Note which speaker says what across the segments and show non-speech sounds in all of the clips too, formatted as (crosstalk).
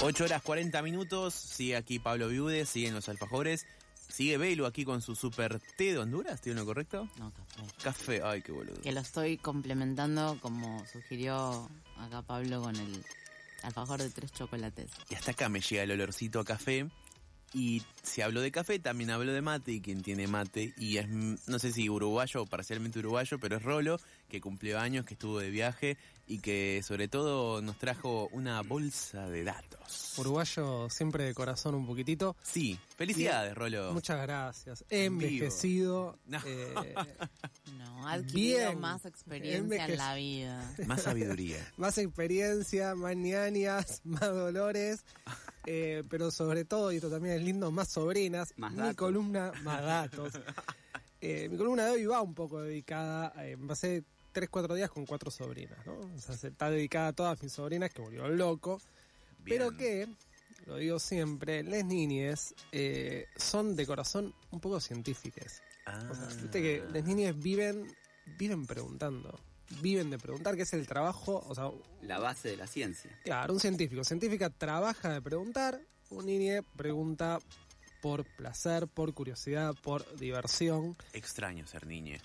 Speaker 1: Ocho horas 40 minutos, sigue aquí Pablo Viude, siguen los alfajores, sigue Belu aquí con su super té de Honduras, ¿tiene lo correcto?
Speaker 2: No, café.
Speaker 1: Café, ay qué boludo.
Speaker 2: Que lo estoy complementando como sugirió acá Pablo con el alfajor de tres chocolates.
Speaker 1: Y hasta acá me llega el olorcito a café. Y si hablo de café, también hablo de mate, y quien tiene mate, y es, mm, no sé si uruguayo o parcialmente uruguayo, pero es Rolo, que cumplió años, que estuvo de viaje y que sobre todo nos trajo una bolsa de datos.
Speaker 3: Uruguayo siempre de corazón un poquitito.
Speaker 1: Sí, felicidades, Rolo.
Speaker 3: Muchas gracias.
Speaker 1: Oh. En vivo.
Speaker 3: Envejecido.
Speaker 1: No.
Speaker 3: eh,
Speaker 2: No, ha adquirido
Speaker 3: Bien.
Speaker 2: más experiencia en
Speaker 3: Enveje-
Speaker 2: la
Speaker 3: (laughs)
Speaker 2: vida.
Speaker 1: Más sabiduría.
Speaker 3: más experiencia, más ñañas, (laughs) más dolores. eh, pero sobre todo, y esto también es lindo, más sobrinas.
Speaker 4: Más
Speaker 3: mi
Speaker 4: datos.
Speaker 3: columna, más
Speaker 1: (laughs)
Speaker 3: datos. Eh, mi columna de hoy va un poco dedicada. Eh, pasé 3-4 días con cuatro sobrinas, ¿no? O sea, se- está dedicada a todas mis sobrinas que volvió loco. Pero
Speaker 1: Bien.
Speaker 3: que, lo digo siempre, las niñes eh, son de corazón un poco científicas.
Speaker 1: Ah.
Speaker 3: O sea, viste que las niñas viven, viven preguntando. Viven de preguntar, que es el trabajo. O sea,
Speaker 4: La base de la ciencia.
Speaker 3: claro, un científico. Científica trabaja de preguntar. Un niñe pregunta por placer, por curiosidad, por diversión.
Speaker 1: Extraño ser niñe.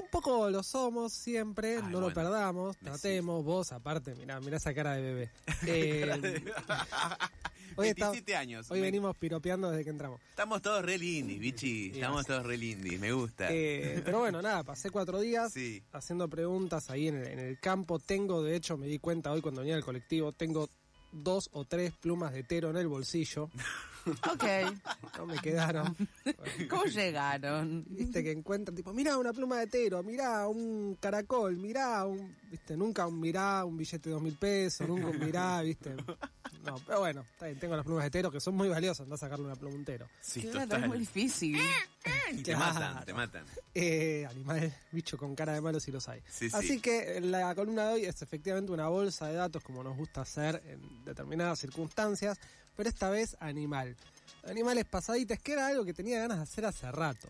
Speaker 3: Un poco lo somos siempre,
Speaker 1: Ay,
Speaker 3: no
Speaker 1: bueno,
Speaker 3: lo perdamos,
Speaker 1: me
Speaker 3: tratemos, vos aparte, mirá, mirá esa cara de bebé. Eh,
Speaker 1: (laughs)
Speaker 3: hoy está-
Speaker 1: 27 años.
Speaker 3: hoy
Speaker 1: Me-
Speaker 3: venimos piropeando desde que entramos.
Speaker 1: Estamos todos re lindis, bichi. Estamos todos re lindis, me gusta.
Speaker 3: Eh, pero bueno, nada, pasé cuatro días
Speaker 1: Sí.
Speaker 3: haciendo preguntas ahí en el, en el campo. Tengo, de hecho, me di cuenta hoy cuando venía al colectivo, tengo dos o tres plumas de tero en el bolsillo.
Speaker 2: Ok.
Speaker 3: No me quedaron.
Speaker 2: ¿Cómo llegaron?
Speaker 3: Viste que encuentran, tipo, mirá una pluma de tero, mirá un caracol, mirá un. Viste, nunca un mirá un billete de dos mil pesos, nunca un mirá, viste. No, pero bueno, está bien, tengo las plumas de tero que son muy valiosas, anda a sacarle una pluma a un tero.
Speaker 1: Sí,
Speaker 2: Claro,
Speaker 1: total.
Speaker 2: es muy difícil.
Speaker 1: Y te
Speaker 3: Claro.
Speaker 1: matan, te matan.
Speaker 3: Eh, animal, (laughs) bicho con cara de malo si los hay.
Speaker 1: Sí, sí.
Speaker 3: Así que eh, la columna de hoy es efectivamente una bolsa de datos como nos gusta hacer en determinadas circunstancias, pero esta vez animal. Animales pasaditas, que era algo que tenía ganas de hacer hace rato.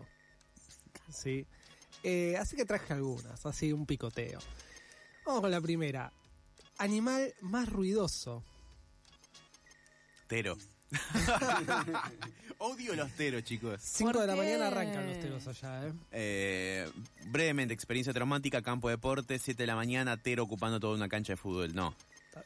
Speaker 3: Sí. Eh, así que traje algunas, así un picoteo. Vamos con la primera. Animal más ruidoso.
Speaker 1: Tero. Odio los teros, chicos.
Speaker 3: 5 de la
Speaker 2: qué?
Speaker 3: mañana arrancan los teros allá, ¿eh?
Speaker 1: Eh, brevemente, experiencia traumática, campo de deporte, 7 de la mañana, tero ocupando toda una cancha de fútbol. No.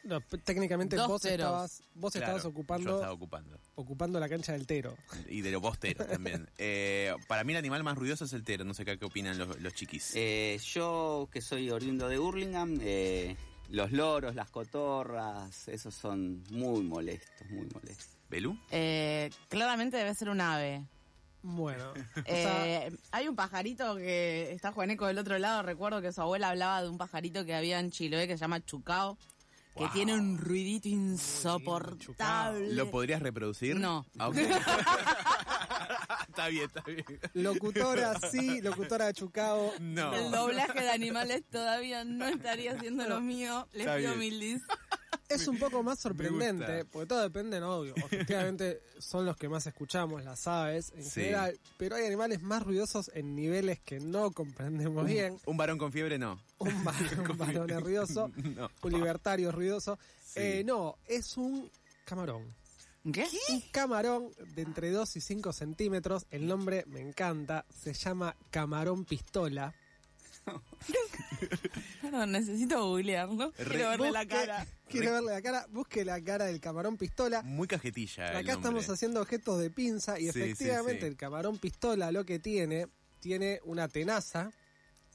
Speaker 3: No, p- técnicamente
Speaker 2: Dos
Speaker 3: vos
Speaker 2: teros.
Speaker 3: estabas, vos
Speaker 1: claro,
Speaker 3: estabas
Speaker 1: Yo
Speaker 3: ocupando,
Speaker 1: estaba ocupando.
Speaker 3: ocupando la cancha del tero.
Speaker 1: Y de los bosteros también. Eh, para mí el animal más ruidoso es el tero. No sé qué, qué opinan los, los chiquis.
Speaker 4: Eh, yo, que soy oriundo de Hurlingham, eh, los loros, las cotorras, esos son muy molestos, muy molestos.
Speaker 1: ¿Belú?
Speaker 2: Eh, claramente debe ser un ave.
Speaker 1: (laughs)
Speaker 3: Bueno, o sea,
Speaker 2: Eh, hay un pajarito que está Juaneco del otro lado. Recuerdo que su abuela hablaba de un pajarito que había en Chiloé que se llama Chucao, que
Speaker 1: Wow.
Speaker 2: tiene un ruidito insoportable.
Speaker 1: ¿Lo podrías reproducir?
Speaker 2: Eh, No.
Speaker 1: Ah, ok. está bien, está bien.
Speaker 3: locutora sí, locutora de Chucao.
Speaker 1: No.
Speaker 2: El doblaje de animales todavía no estaría siendo lo mío. Les
Speaker 1: Está
Speaker 2: pido
Speaker 1: bien.
Speaker 2: mil dis.
Speaker 3: Es un poco más
Speaker 1: Me
Speaker 3: sorprendente,
Speaker 1: gusta.
Speaker 3: porque todo depende, ¿no? Obvio, Efectivamente son los que más escuchamos, las aves en
Speaker 1: Sí.
Speaker 3: general, pero hay animales más ruidosos en niveles que no comprendemos Pues
Speaker 1: (laughs)
Speaker 3: bien.
Speaker 1: Un varón con fiebre, no.
Speaker 3: Un,
Speaker 1: (laughs)
Speaker 3: varón- un varón es ruidoso,
Speaker 1: No.
Speaker 3: un libertario es ruidoso.
Speaker 1: Sí.
Speaker 3: Eh, no, es un camarón.
Speaker 2: ¿Qué?
Speaker 3: Un camarón de entre 2 y 5 centímetros, el nombre me encanta, se llama camarón pistola.
Speaker 2: Perdón, necesito googlearlo. Quiero verle la
Speaker 3: Busque-
Speaker 2: cara.
Speaker 3: Quiere verle la cara, busque la cara del camarón pistola.
Speaker 1: Muy cajetilla. el
Speaker 3: Acá estamos
Speaker 1: nombre.
Speaker 3: haciendo objetos de pinza y
Speaker 1: Sí, sí,
Speaker 3: efectivamente
Speaker 1: sí.
Speaker 3: el camarón pistola lo que tiene, tiene una tenaza,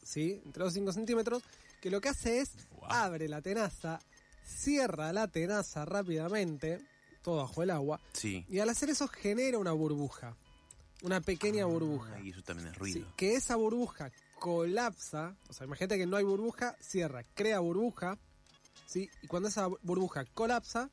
Speaker 3: ¿sí? Entre los 5 centímetros, que lo que hace es
Speaker 1: Guau.
Speaker 3: abre la tenaza, cierra la tenaza rápidamente, todo bajo el agua,
Speaker 1: Sí.
Speaker 3: y al hacer eso genera una burbuja. una
Speaker 1: Ah,
Speaker 3: pequeña burbuja.
Speaker 1: Y eso también es
Speaker 3: Sí,
Speaker 1: ruido.
Speaker 3: que esa burbuja colapsa, o sea, imagínate que no hay burbuja, cierra, crea burbuja, ¿sí? Y cuando esa burbuja colapsa,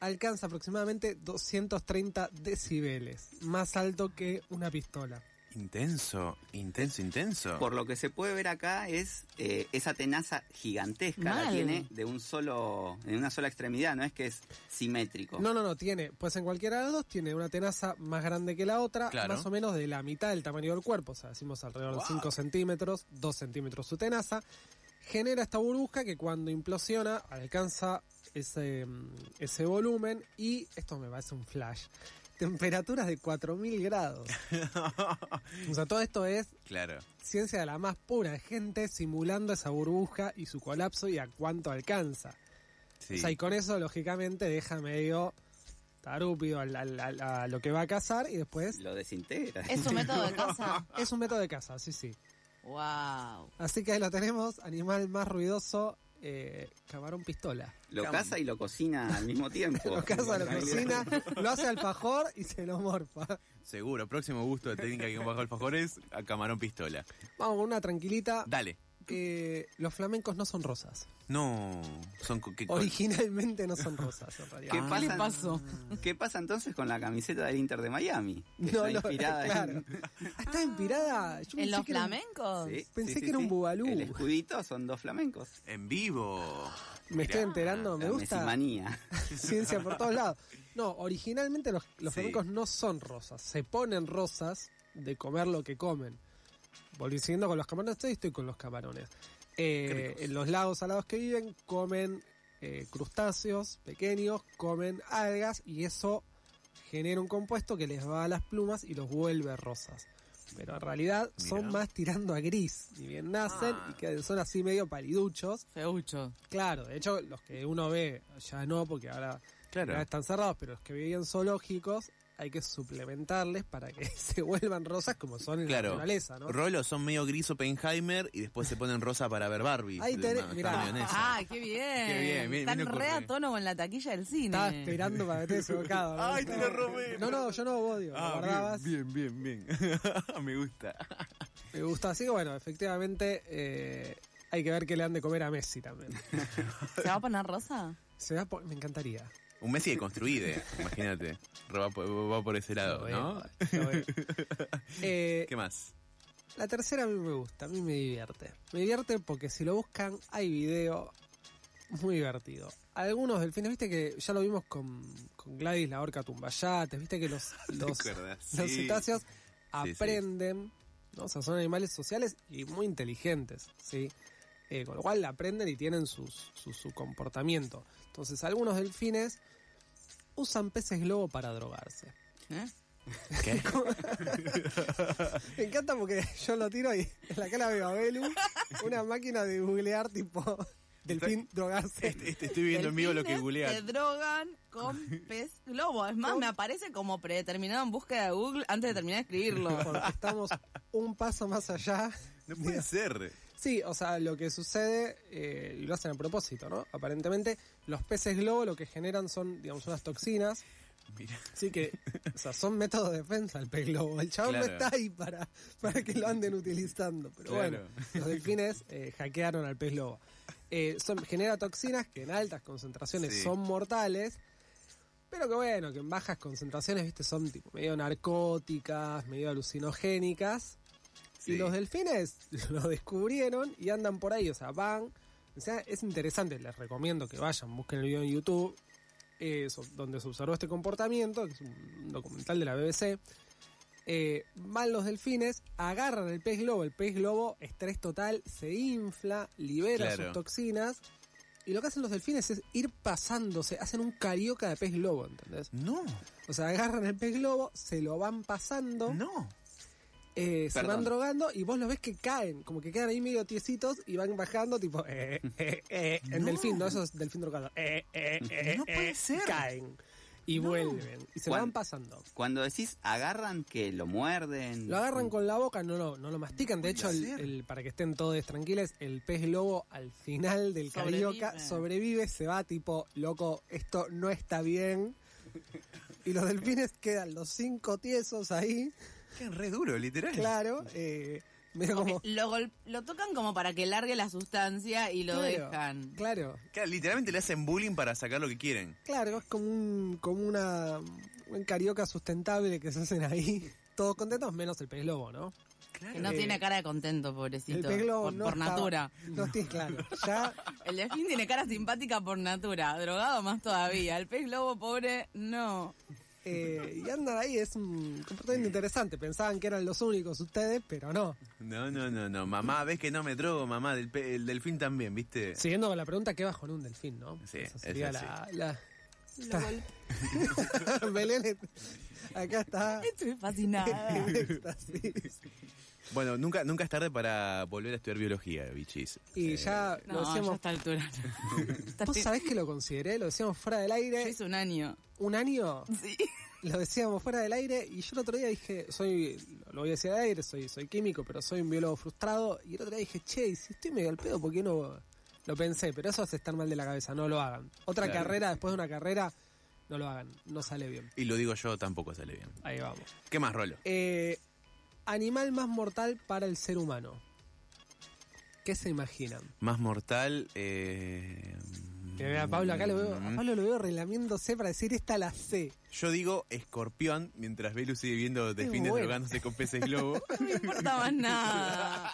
Speaker 3: alcanza aproximadamente 230 decibeles, más alto que una pistola.
Speaker 1: Intenso, intenso, intenso.
Speaker 4: Por lo que se puede ver acá es eh, esa tenaza gigantesca la
Speaker 2: Mal.
Speaker 4: tiene de un solo, de una sola extremidad, no es que es simétrico.
Speaker 3: No, no, no, tiene, pues en cualquiera de las dos, tiene una tenaza más grande que la otra,
Speaker 1: Claro.
Speaker 3: más o menos de la mitad del tamaño del cuerpo, o sea, decimos alrededor de 5 centímetros, 2 centímetros su tenaza, genera esta burbuja que cuando implosiona alcanza ese, mm, ese volumen y, esto me parece un flash, temperaturas de 4000 grados. o sea, todo esto es
Speaker 1: (laughs) Claro.
Speaker 3: ciencia de la más pura, gente simulando esa burbuja y su colapso y a cuánto alcanza.
Speaker 1: Sí.
Speaker 3: O sea, y con eso, lógicamente, deja medio tarúpido al- al- al- a lo que va a cazar y después
Speaker 4: Lo desintegra.
Speaker 2: ¿Es un método de
Speaker 1: (laughs)
Speaker 2: casa?
Speaker 3: es un método de caza, sí, sí.
Speaker 2: ¡Wow!
Speaker 3: Así que ahí lo tenemos, animal más ruidoso, eh, camarón pistola.
Speaker 4: Lo caza y lo cocina al mismo tiempo.
Speaker 3: (laughs) Lo caza, lo cocina, (laughs) lo hace al fajor y se lo morfa.
Speaker 1: Seguro, próximo gusto de técnica que bajo alfajores a camarón pistola.
Speaker 3: Vamos con una tranquilita.
Speaker 1: Dale.
Speaker 3: eh, los flamencos no son rosas.
Speaker 1: No, son co- que- co-
Speaker 3: Originalmente no son rosas, en realidad.
Speaker 4: ¿Qué
Speaker 1: Ah.
Speaker 2: ¿Qué
Speaker 4: pasa?
Speaker 2: le pasó?
Speaker 4: ¿Qué pasa entonces con la camiseta del Inter de Miami? Que está
Speaker 3: No, no,
Speaker 4: inspirada
Speaker 3: claro.
Speaker 4: en-
Speaker 3: Ah, Está inspirada. Yo
Speaker 2: ¿En
Speaker 3: pensé
Speaker 2: los
Speaker 3: que era un-
Speaker 2: flamencos?
Speaker 4: Sí,
Speaker 3: Pensé
Speaker 4: sí,
Speaker 3: que
Speaker 4: sí,
Speaker 3: era un
Speaker 4: sí.
Speaker 3: bubalú.
Speaker 4: El escudito son dos flamencos.
Speaker 1: en vivo.
Speaker 3: Me estoy
Speaker 1: Mirá,
Speaker 3: enterando, me
Speaker 4: la
Speaker 3: gusta.
Speaker 4: mesimanía.
Speaker 3: ciencia por todos lados. No, originalmente los, los
Speaker 1: Sí.
Speaker 3: flamencos no son rosas, se ponen rosas de comer lo que comen. Volví siguiendo con los camarones, estoy, estoy con los camarones. Eh,
Speaker 1: Qué ricos.
Speaker 3: en los lagos salados que viven comen eh, crustáceos pequeños, comen algas y eso genera un compuesto que les va a las plumas y los vuelve rosas. Pero en realidad son
Speaker 1: Mirá.
Speaker 3: más tirando a gris, y bien nacen
Speaker 1: Ah.
Speaker 3: y que son así medio paliduchos.
Speaker 2: Feucho.
Speaker 3: Claro, de hecho los que uno ve ya no, porque ahora ya
Speaker 1: Claro.
Speaker 3: están cerrados, pero los que vivían zoológicos hay que suplementarles para que (laughs) se vuelvan rosas como son en
Speaker 1: Claro.
Speaker 3: la naturaleza, ¿no?
Speaker 1: Rolo son medio gris Oppenheimer y después se ponen rosa para ver Barbie.
Speaker 3: Ahí tenés-
Speaker 1: Están
Speaker 3: mirá.
Speaker 1: medio en esa.
Speaker 2: ¡Ah, qué bien!
Speaker 1: Qué bien, bien,
Speaker 2: Están
Speaker 1: bien
Speaker 2: re
Speaker 1: ocurre.
Speaker 2: a tono con la taquilla del cine.
Speaker 3: Estaba esperando
Speaker 1: (laughs)
Speaker 3: para meter ese bocado. ¿no?
Speaker 1: eh. Ay, te lo robé.
Speaker 3: No, no, yo no vos, digo,
Speaker 1: Ah,
Speaker 3: lo guardabas.
Speaker 1: bien, bien, bien, (laughs) bien. Me gusta.
Speaker 3: Me gusta así, bueno, efectivamente eh, hay que ver qué le han de comer a Messi también.
Speaker 2: ¿Se va a poner rosa?
Speaker 3: Se va por- me encantaría.
Speaker 1: Un Messi deconstruido, imagínate. Va por, va por ese lado, ¿no?
Speaker 3: Lo
Speaker 1: (laughs)
Speaker 3: veo. Eh,
Speaker 1: ¿Qué más?
Speaker 3: La tercera a mí me gusta, a mí me divierte. Me divierte porque si lo buscan hay video muy divertido. Algunos delfines, viste que ya lo vimos con, con Gladys la orca tumbayates, viste
Speaker 1: (laughs)
Speaker 3: que los, los,
Speaker 1: ¿Te acordás?
Speaker 3: los
Speaker 1: Sí.
Speaker 3: cetáceos
Speaker 1: sí.
Speaker 3: aprenden, ¿no? o sea, son animales sociales y muy inteligentes, ¿sí? Eh, con lo cual aprenden y tienen sus- su, su comportamiento. Entonces, algunos delfines usan peces globo para drogarse.
Speaker 2: ¿Eh?
Speaker 1: ¿Qué?
Speaker 3: (laughs) Me encanta porque yo lo tiro y en la cara veo a Belu, una máquina de googlear
Speaker 1: (laughs)
Speaker 3: tipo delfín drogarse.
Speaker 1: Este- este- estoy viendo en vivo lo que
Speaker 2: Delfines Se
Speaker 1: googlean.
Speaker 2: drogan con
Speaker 1: (laughs)
Speaker 2: pez globo. Es más, me aparece como predeterminado en búsqueda de Google antes de terminar de escribirlo.
Speaker 3: Porque estamos un paso más allá.
Speaker 1: No puede ser.
Speaker 3: Sí, o sea, lo que sucede, eh, y lo hacen a propósito, ¿no? Aparentemente, los peces globo lo que generan son, digamos, unas toxinas.
Speaker 1: Mira.
Speaker 3: Así que, o sea, son métodos de defensa el pez globo. El chabón no
Speaker 1: Claro.
Speaker 3: está ahí para, para que lo anden utilizando. Pero bueno,
Speaker 1: Claro.
Speaker 3: Los delfines eh, hackearon al pez lobo. Eh, son- genera toxinas que en altas concentraciones
Speaker 1: Sí.
Speaker 3: son mortales, pero que bueno, que en bajas concentraciones, viste, son tipo medio narcóticas, medio alucinogénicas. Y
Speaker 1: Sí.
Speaker 3: los delfines (laughs) lo descubrieron y andan por ahí, o sea, van. O sea, es interesante, les recomiendo que vayan, busquen el video en YouTube, eh, so- donde se observó este comportamiento, que es un documental de la BBC. Eh, van los delfines, agarran el pez globo, el pez globo, estrés total, se infla, libera
Speaker 1: Claro.
Speaker 3: sus toxinas. Y lo que hacen los delfines es ir pasándose, hacen un carioca de pez globo, ¿entendés?
Speaker 1: No,
Speaker 3: O sea, agarran el pez globo, se lo van pasando,
Speaker 1: no.
Speaker 3: eh, se
Speaker 4: Perdón.
Speaker 3: van drogando y vos los ves que caen, como que quedan ahí medio tiesitos y van bajando, tipo, eh, eh, eh, en
Speaker 1: No.
Speaker 3: delfín, no, eso es delfín drogado, eh, eh, eh,
Speaker 1: No puede
Speaker 3: eh,
Speaker 1: ser.
Speaker 3: caen y vuelven y se lo
Speaker 4: Juan.
Speaker 3: van pasando.
Speaker 4: Cuando decís agarran, que lo muerden.
Speaker 3: Lo agarran con la boca, no lo, no lo mastican. De hecho, el- el- para que estén todos tranquilos, el pez globo al final del carioca
Speaker 2: Sobrevive.
Speaker 3: sobrevive, se va tipo, loco, esto no está bien. Y los delfines quedan los cinco tiesos ahí. (laughs)
Speaker 1: Caen re duro, literal.
Speaker 3: Claro, eh, medio como.
Speaker 2: Lo, gol- lo tocan como para que largue la sustancia y lo
Speaker 3: claro,
Speaker 2: dejan.
Speaker 3: Claro,
Speaker 1: Claro, literalmente le hacen bullying para sacar lo que quieren.
Speaker 3: claro, es como un, como una un carioca sustentable que se hacen ahí. (laughs) Todos contentos, menos el pez globo, ¿no?
Speaker 2: Que no
Speaker 3: Eh,
Speaker 2: tiene cara de contento, pobrecito.
Speaker 3: el pez globo
Speaker 2: por,
Speaker 3: no
Speaker 2: por
Speaker 3: estaba-
Speaker 2: natura.
Speaker 3: No estoy claro. Ya
Speaker 2: El delfín tiene cara simpática por natura. Drogado más todavía. El pez globo, pobre, no.
Speaker 3: Eh, y andan ahí, es un comportamiento interesante. Pensaban que eran los únicos ustedes, pero no.
Speaker 1: No, no, no, no. Mamá, ves que no me drogo, mamá. Del pe- el delfín también, ¿viste?
Speaker 3: Siguiendo con la pregunta, ¿qué bajo en un delfín, no?
Speaker 1: Sí,
Speaker 3: Esa sería
Speaker 1: esa
Speaker 3: la... la- Está- (laughs) Belén, es-
Speaker 2: (laughs)
Speaker 3: acá está.
Speaker 2: Estoy fascinada.
Speaker 3: en éxtasis.
Speaker 1: Bueno, nunca, nunca es tarde para volver a estudiar biología, bichis.
Speaker 3: Y
Speaker 1: Eh,
Speaker 3: ya
Speaker 2: No,
Speaker 3: (laughs) lo
Speaker 2: ya a
Speaker 3: decíamos...
Speaker 2: esta altura. (laughs) Esta
Speaker 3: Vos
Speaker 2: estoy-
Speaker 3: sabés que lo consideré, lo decíamos fuera del
Speaker 2: yo
Speaker 3: aire.
Speaker 2: hice un
Speaker 3: (laughs)
Speaker 2: año.
Speaker 3: Un año
Speaker 2: Sí.
Speaker 3: lo decíamos fuera del aire y yo el otro día dije, soy, lo voy a decir al aire, soy, soy químico, pero soy un biólogo frustrado. Y el otro día dije, che, y si estoy medio al pedo, ¿por qué no? Lo pensé, pero eso es estar mal de la cabeza, no lo hagan. Otra
Speaker 1: Claro.
Speaker 3: carrera, después de una carrera, no lo hagan, no sale bien.
Speaker 1: Y lo digo yo, tampoco sale bien.
Speaker 3: Ahí vamos.
Speaker 1: ¿Qué más, Rolo?
Speaker 3: Eh, animal más mortal para el ser humano. ¿Qué se imaginan?
Speaker 1: Más mortal. Eh... Mm.
Speaker 3: Que vea a Pablo acá lo veo, a Pablo lo veo relamiéndose para decir esta la C.
Speaker 1: Yo digo escorpión mientras Belu sigue viendo delfines
Speaker 3: bueno.
Speaker 1: drogándose con peces
Speaker 3: (laughs)
Speaker 1: globo.
Speaker 2: No me importa más nada.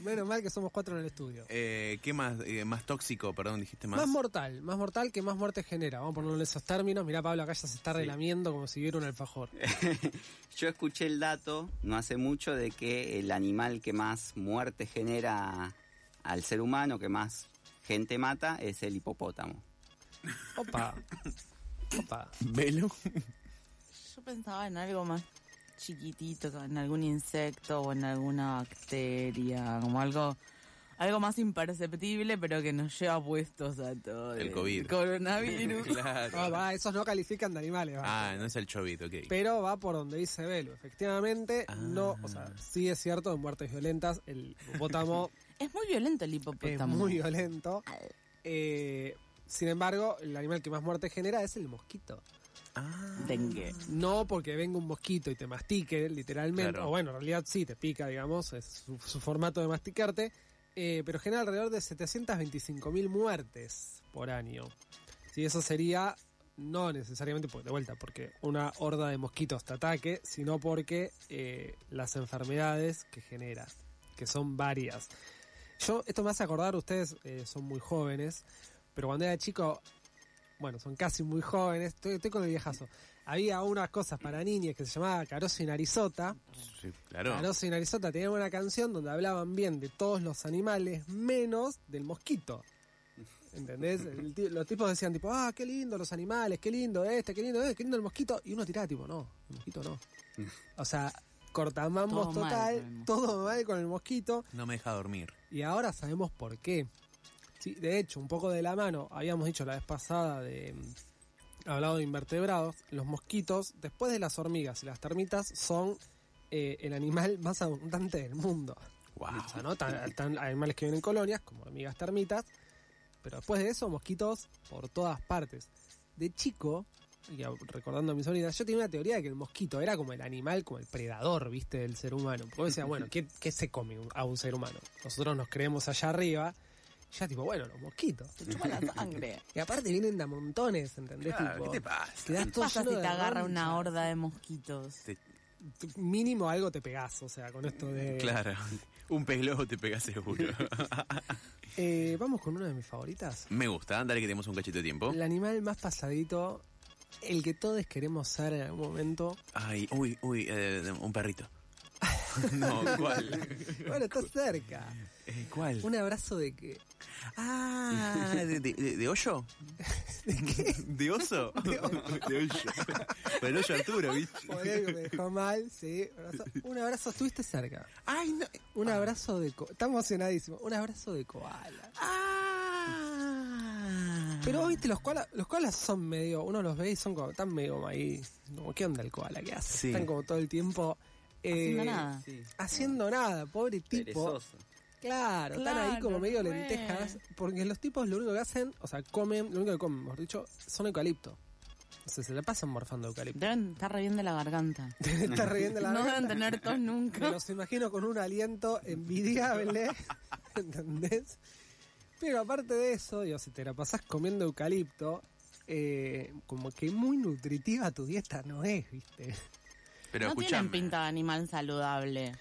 Speaker 3: Menos mal que somos cuatro en el estudio.
Speaker 1: Eh, ¿Qué más? eh, más tóxico, perdón, dijiste más.
Speaker 3: Más mortal, más mortal que más muerte genera. Vamos a ponerlo en esos términos. Mirá, Pablo, acá ya se está relamiendo como si viera
Speaker 1: (laughs)
Speaker 3: un alfajor.
Speaker 4: Yo escuché el dato no hace mucho de que el animal que más muerte genera al ser humano, que más gente mata, es el hipopótamo.
Speaker 3: Opa. Opa. (laughs)
Speaker 1: Belu.
Speaker 2: Yo pensaba en algo más chiquitito, en algún insecto o en alguna bacteria, como algo algo más imperceptible, pero que nos lleva puestos a todo.
Speaker 1: El COVID. (laughs)
Speaker 2: coronavirus.
Speaker 1: Claro.
Speaker 3: Ah, va, esos no califican de animales, va.
Speaker 1: Ah, no es el chovito, ok.
Speaker 3: Pero va por donde dice Velo. Efectivamente,
Speaker 1: Ah.
Speaker 3: no, o sea, sí es cierto, en muertes violentas el
Speaker 1: (laughs)
Speaker 3: hipopótamo
Speaker 2: es muy violento el
Speaker 3: es
Speaker 2: hipopótamo.
Speaker 3: muy violento. Eh, sin embargo, el animal que más muerte genera es el mosquito.
Speaker 1: Ah.
Speaker 2: Dengue.
Speaker 3: No porque venga un mosquito y te mastique, literalmente.
Speaker 1: Claro.
Speaker 3: O bueno, en realidad sí, te pica, digamos, es su, su formato de masticarte. eh, pero genera alrededor de 725.000 muertes por año. Si eso sería, no necesariamente, por- de vuelta, porque una horda de mosquitos te ataque, sino porque eh, las enfermedades que genera, que son varias. Yo, esto me hace acordar, ustedes eh, son muy jóvenes, pero cuando era chico, bueno, son casi muy jóvenes, estoy, estoy con el viejazo. Había unas cosas para niñas que se llamaba Carozo y Narizota.
Speaker 1: Sí, claro.
Speaker 3: Carozo y Narizota tenían una canción donde hablaban bien de todos los animales menos del mosquito. ¿Entendés? El ti- los tipos decían tipo, ah, qué lindo los animales, qué lindo este, qué lindo este, qué lindo el mosquito. Y uno tiraba tipo, no, el mosquito no. O sea, cortamambos
Speaker 2: Todo mal
Speaker 3: total,
Speaker 2: con el mosquito.
Speaker 3: todo mal con el mosquito.
Speaker 1: No me deja dormir.
Speaker 3: Y ahora sabemos por qué. Sí, de hecho, un poco de la mano, habíamos dicho la vez pasada de mm, hablado de invertebrados, los mosquitos, después de las hormigas y las termitas, son eh, el animal (laughs) más abundante del mundo.
Speaker 1: Wow.
Speaker 3: O sea, ¿no? Tan, tan animales que viven en colonias, como hormigas termitas, pero después de eso, mosquitos por todas partes. De chico, y a- recordando a mis sobrinas, yo tenía una teoría de que el mosquito era como el animal, como el predador, viste, del ser humano. Porque vos decías, bueno, ¿qué, qué se come un- a un ser humano? Nosotros nos creemos allá arriba, y ya tipo, bueno, los mosquitos.
Speaker 2: Te chupa la
Speaker 3: (laughs)
Speaker 2: sangre.
Speaker 3: Y aparte vienen de a montones, ¿entendés?
Speaker 1: Claro, ¿Qué
Speaker 3: Tipo,
Speaker 1: te pasa?
Speaker 3: quedás
Speaker 2: ¿Qué
Speaker 3: todo
Speaker 2: pasa si
Speaker 3: lleno
Speaker 2: te
Speaker 3: de
Speaker 2: agarra una
Speaker 3: ronchas.
Speaker 2: horda de mosquitos?
Speaker 3: Tú Mínimo algo te pegás, o sea, con esto
Speaker 1: (laughs)
Speaker 3: de...
Speaker 1: Claro. Un pez globo te pega
Speaker 3: (laughs)
Speaker 1: seguro.
Speaker 3: Eh, Vamos con una de mis favoritas.
Speaker 1: me gusta. Dale que tenemos un cachito de tiempo.
Speaker 3: El animal más pasadito, el que todos queremos ser en algún momento.
Speaker 1: Ay, uy, uy. eh, un perrito. (laughs) no, ¿cuál?
Speaker 3: Bueno, está cerca.
Speaker 1: Eh, ¿Cuál?
Speaker 3: Un abrazo de que.
Speaker 1: (laughs) Ah, ¿de, de, de- de hoyo? ¿De qué? ¿De oso? (laughs) De, hoyo. Pero el hoyo Arturo, ¿viste?
Speaker 3: Por algo me dejó mal, sí. abrazo- Un abrazo, estuviste cerca.
Speaker 1: Ay, no.
Speaker 3: Un abrazo de. co- Está emocionadísimo. Un abrazo de koala.
Speaker 1: Ah.
Speaker 3: Pero viste, los koalas, los koalas son medio. Uno los ve y son como. Están medio como ahí. Como, ¿qué onda el koala? ¿Qué hace?
Speaker 1: Sí.
Speaker 3: Están como todo el tiempo.
Speaker 2: Haciendo
Speaker 3: eh,
Speaker 2: nada.
Speaker 3: Haciendo nada, pobre tipo.
Speaker 4: Perezoso.
Speaker 3: Claro, están ahí
Speaker 2: Claro,
Speaker 3: como medio
Speaker 2: re.
Speaker 3: lentejas, porque los tipos lo único que hacen, o sea, comen, lo único que comen, mejor dicho, son eucalipto. O sea, se la pasan morfando
Speaker 2: (laughs)
Speaker 3: eucalipto.
Speaker 2: Deben estar re bien de la garganta.
Speaker 3: Está riendo la
Speaker 2: No
Speaker 3: garganta.
Speaker 2: deben tener tos
Speaker 3: Me
Speaker 2: nunca.
Speaker 3: los imagino con un aliento envidiable, ¿entendés? Pero aparte de eso, digo, si te la pasás comiendo eucalipto, eh, como que muy nutritiva tu dieta no es, ¿viste?
Speaker 1: (laughs) Pero
Speaker 2: no
Speaker 1: escuchame.
Speaker 2: tienen pinta de animal saludable.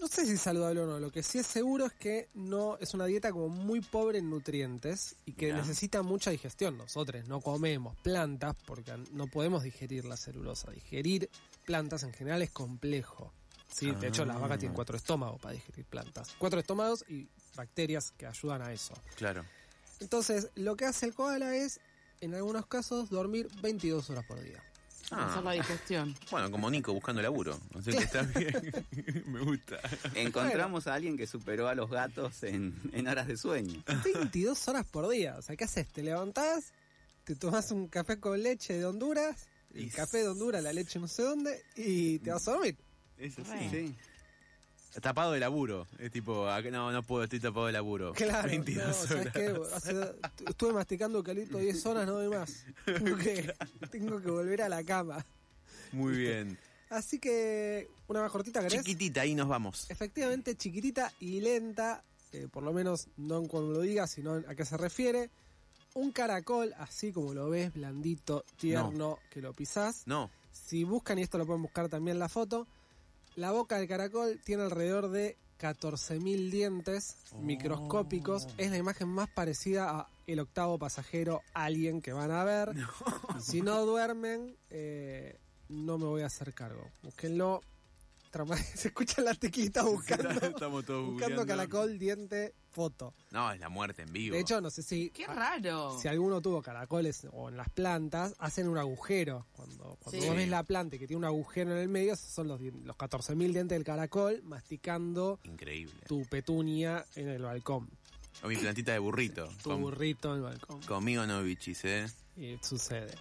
Speaker 3: No sé si es saludable o no, lo que sí es seguro es que no es una dieta como muy pobre en nutrientes y que
Speaker 1: Mirá.
Speaker 3: necesita mucha digestión. Nosotros no comemos plantas porque no podemos digerir la celulosa. Digerir plantas en general es complejo. Sí, de hecho las
Speaker 1: Ah.
Speaker 3: vacas tienen cuatro estómagos para digerir plantas. Cuatro estómagos y bacterias que ayudan a eso.
Speaker 1: Claro.
Speaker 3: Entonces, lo que hace el koala es, en algunos casos, dormir 22 horas por día.
Speaker 2: Para hacer la
Speaker 1: Ah,
Speaker 2: digestión.
Speaker 1: bueno, como Nico buscando laburo. No sé que
Speaker 2: (laughs)
Speaker 1: está bien. (laughs) Me gusta.
Speaker 4: Encontramos a alguien que superó a los gatos en, en horas de sueño.
Speaker 3: 22 horas por día. O sea, ¿qué haces? Te levantás, te tomás un café con leche de Honduras, el
Speaker 1: Y-
Speaker 3: café de Honduras, la leche no sé dónde, y te vas a dormir.
Speaker 1: Es
Speaker 2: así.
Speaker 4: Sí.
Speaker 1: Tapado de laburo. Es tipo, acá no, no puedo, estoy tapado de laburo. (laughs)
Speaker 3: Claro.
Speaker 1: 22
Speaker 3: no,
Speaker 1: Oh,
Speaker 3: ¿sabes
Speaker 1: horas.
Speaker 3: qué? Hace- tu- estuve masticando eucalipto 10 horas, no doy más. Tengo que, tengo que volver a la cama.
Speaker 1: Muy bien.
Speaker 3: Así que, una más cortita, ¿querés?
Speaker 1: Chiquitita, ahí nos vamos.
Speaker 3: Efectivamente, chiquitita y lenta, eh, por lo menos no en cuando lo diga, sino en a qué se refiere. Un caracol, así como lo ves, blandito, tierno, que lo pisás.
Speaker 1: No.
Speaker 3: Si buscan, y esto lo pueden buscar también en la foto, la boca del caracol tiene alrededor de 14.000 dientes microscópicos. Es la imagen más parecida a el octavo pasajero, alguien que van a ver. Si no duermen, eh, no me voy a hacer cargo. Búsquenlo. Trama- (laughs) Se escuchan las teclitas buscando,
Speaker 1: Estamos todos
Speaker 3: buscando
Speaker 1: googleando.
Speaker 3: caracol, diente, foto.
Speaker 1: No, es la muerte en vivo.
Speaker 3: De hecho, no sé si
Speaker 2: ¡Qué raro!
Speaker 3: si alguno tuvo caracoles o en las plantas, hacen un agujero. Cuando, cuando
Speaker 2: Sí.
Speaker 3: vos ves la planta y que tiene un agujero en el medio, esos son los, dien- los 14.000 dientes del caracol masticando
Speaker 1: Increíble.
Speaker 3: tu petunia en el balcón.
Speaker 1: O mi plantita de burrito.
Speaker 3: Tu
Speaker 1: Con-
Speaker 3: burrito en el balcón.
Speaker 1: Conmigo no bichis, ¿eh?
Speaker 3: Y sucede.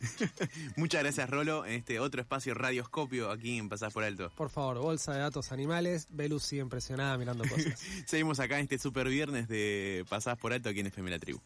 Speaker 1: Muchas gracias, Rolo, en este otro espacio radioscopio aquí en Pasás por Alto.
Speaker 3: Por favor, bolsa de datos animales. Belu sigue impresionada mirando cosas.
Speaker 1: Seguimos acá en este super viernes de Pasás por Alto aquí en FM La Tribu.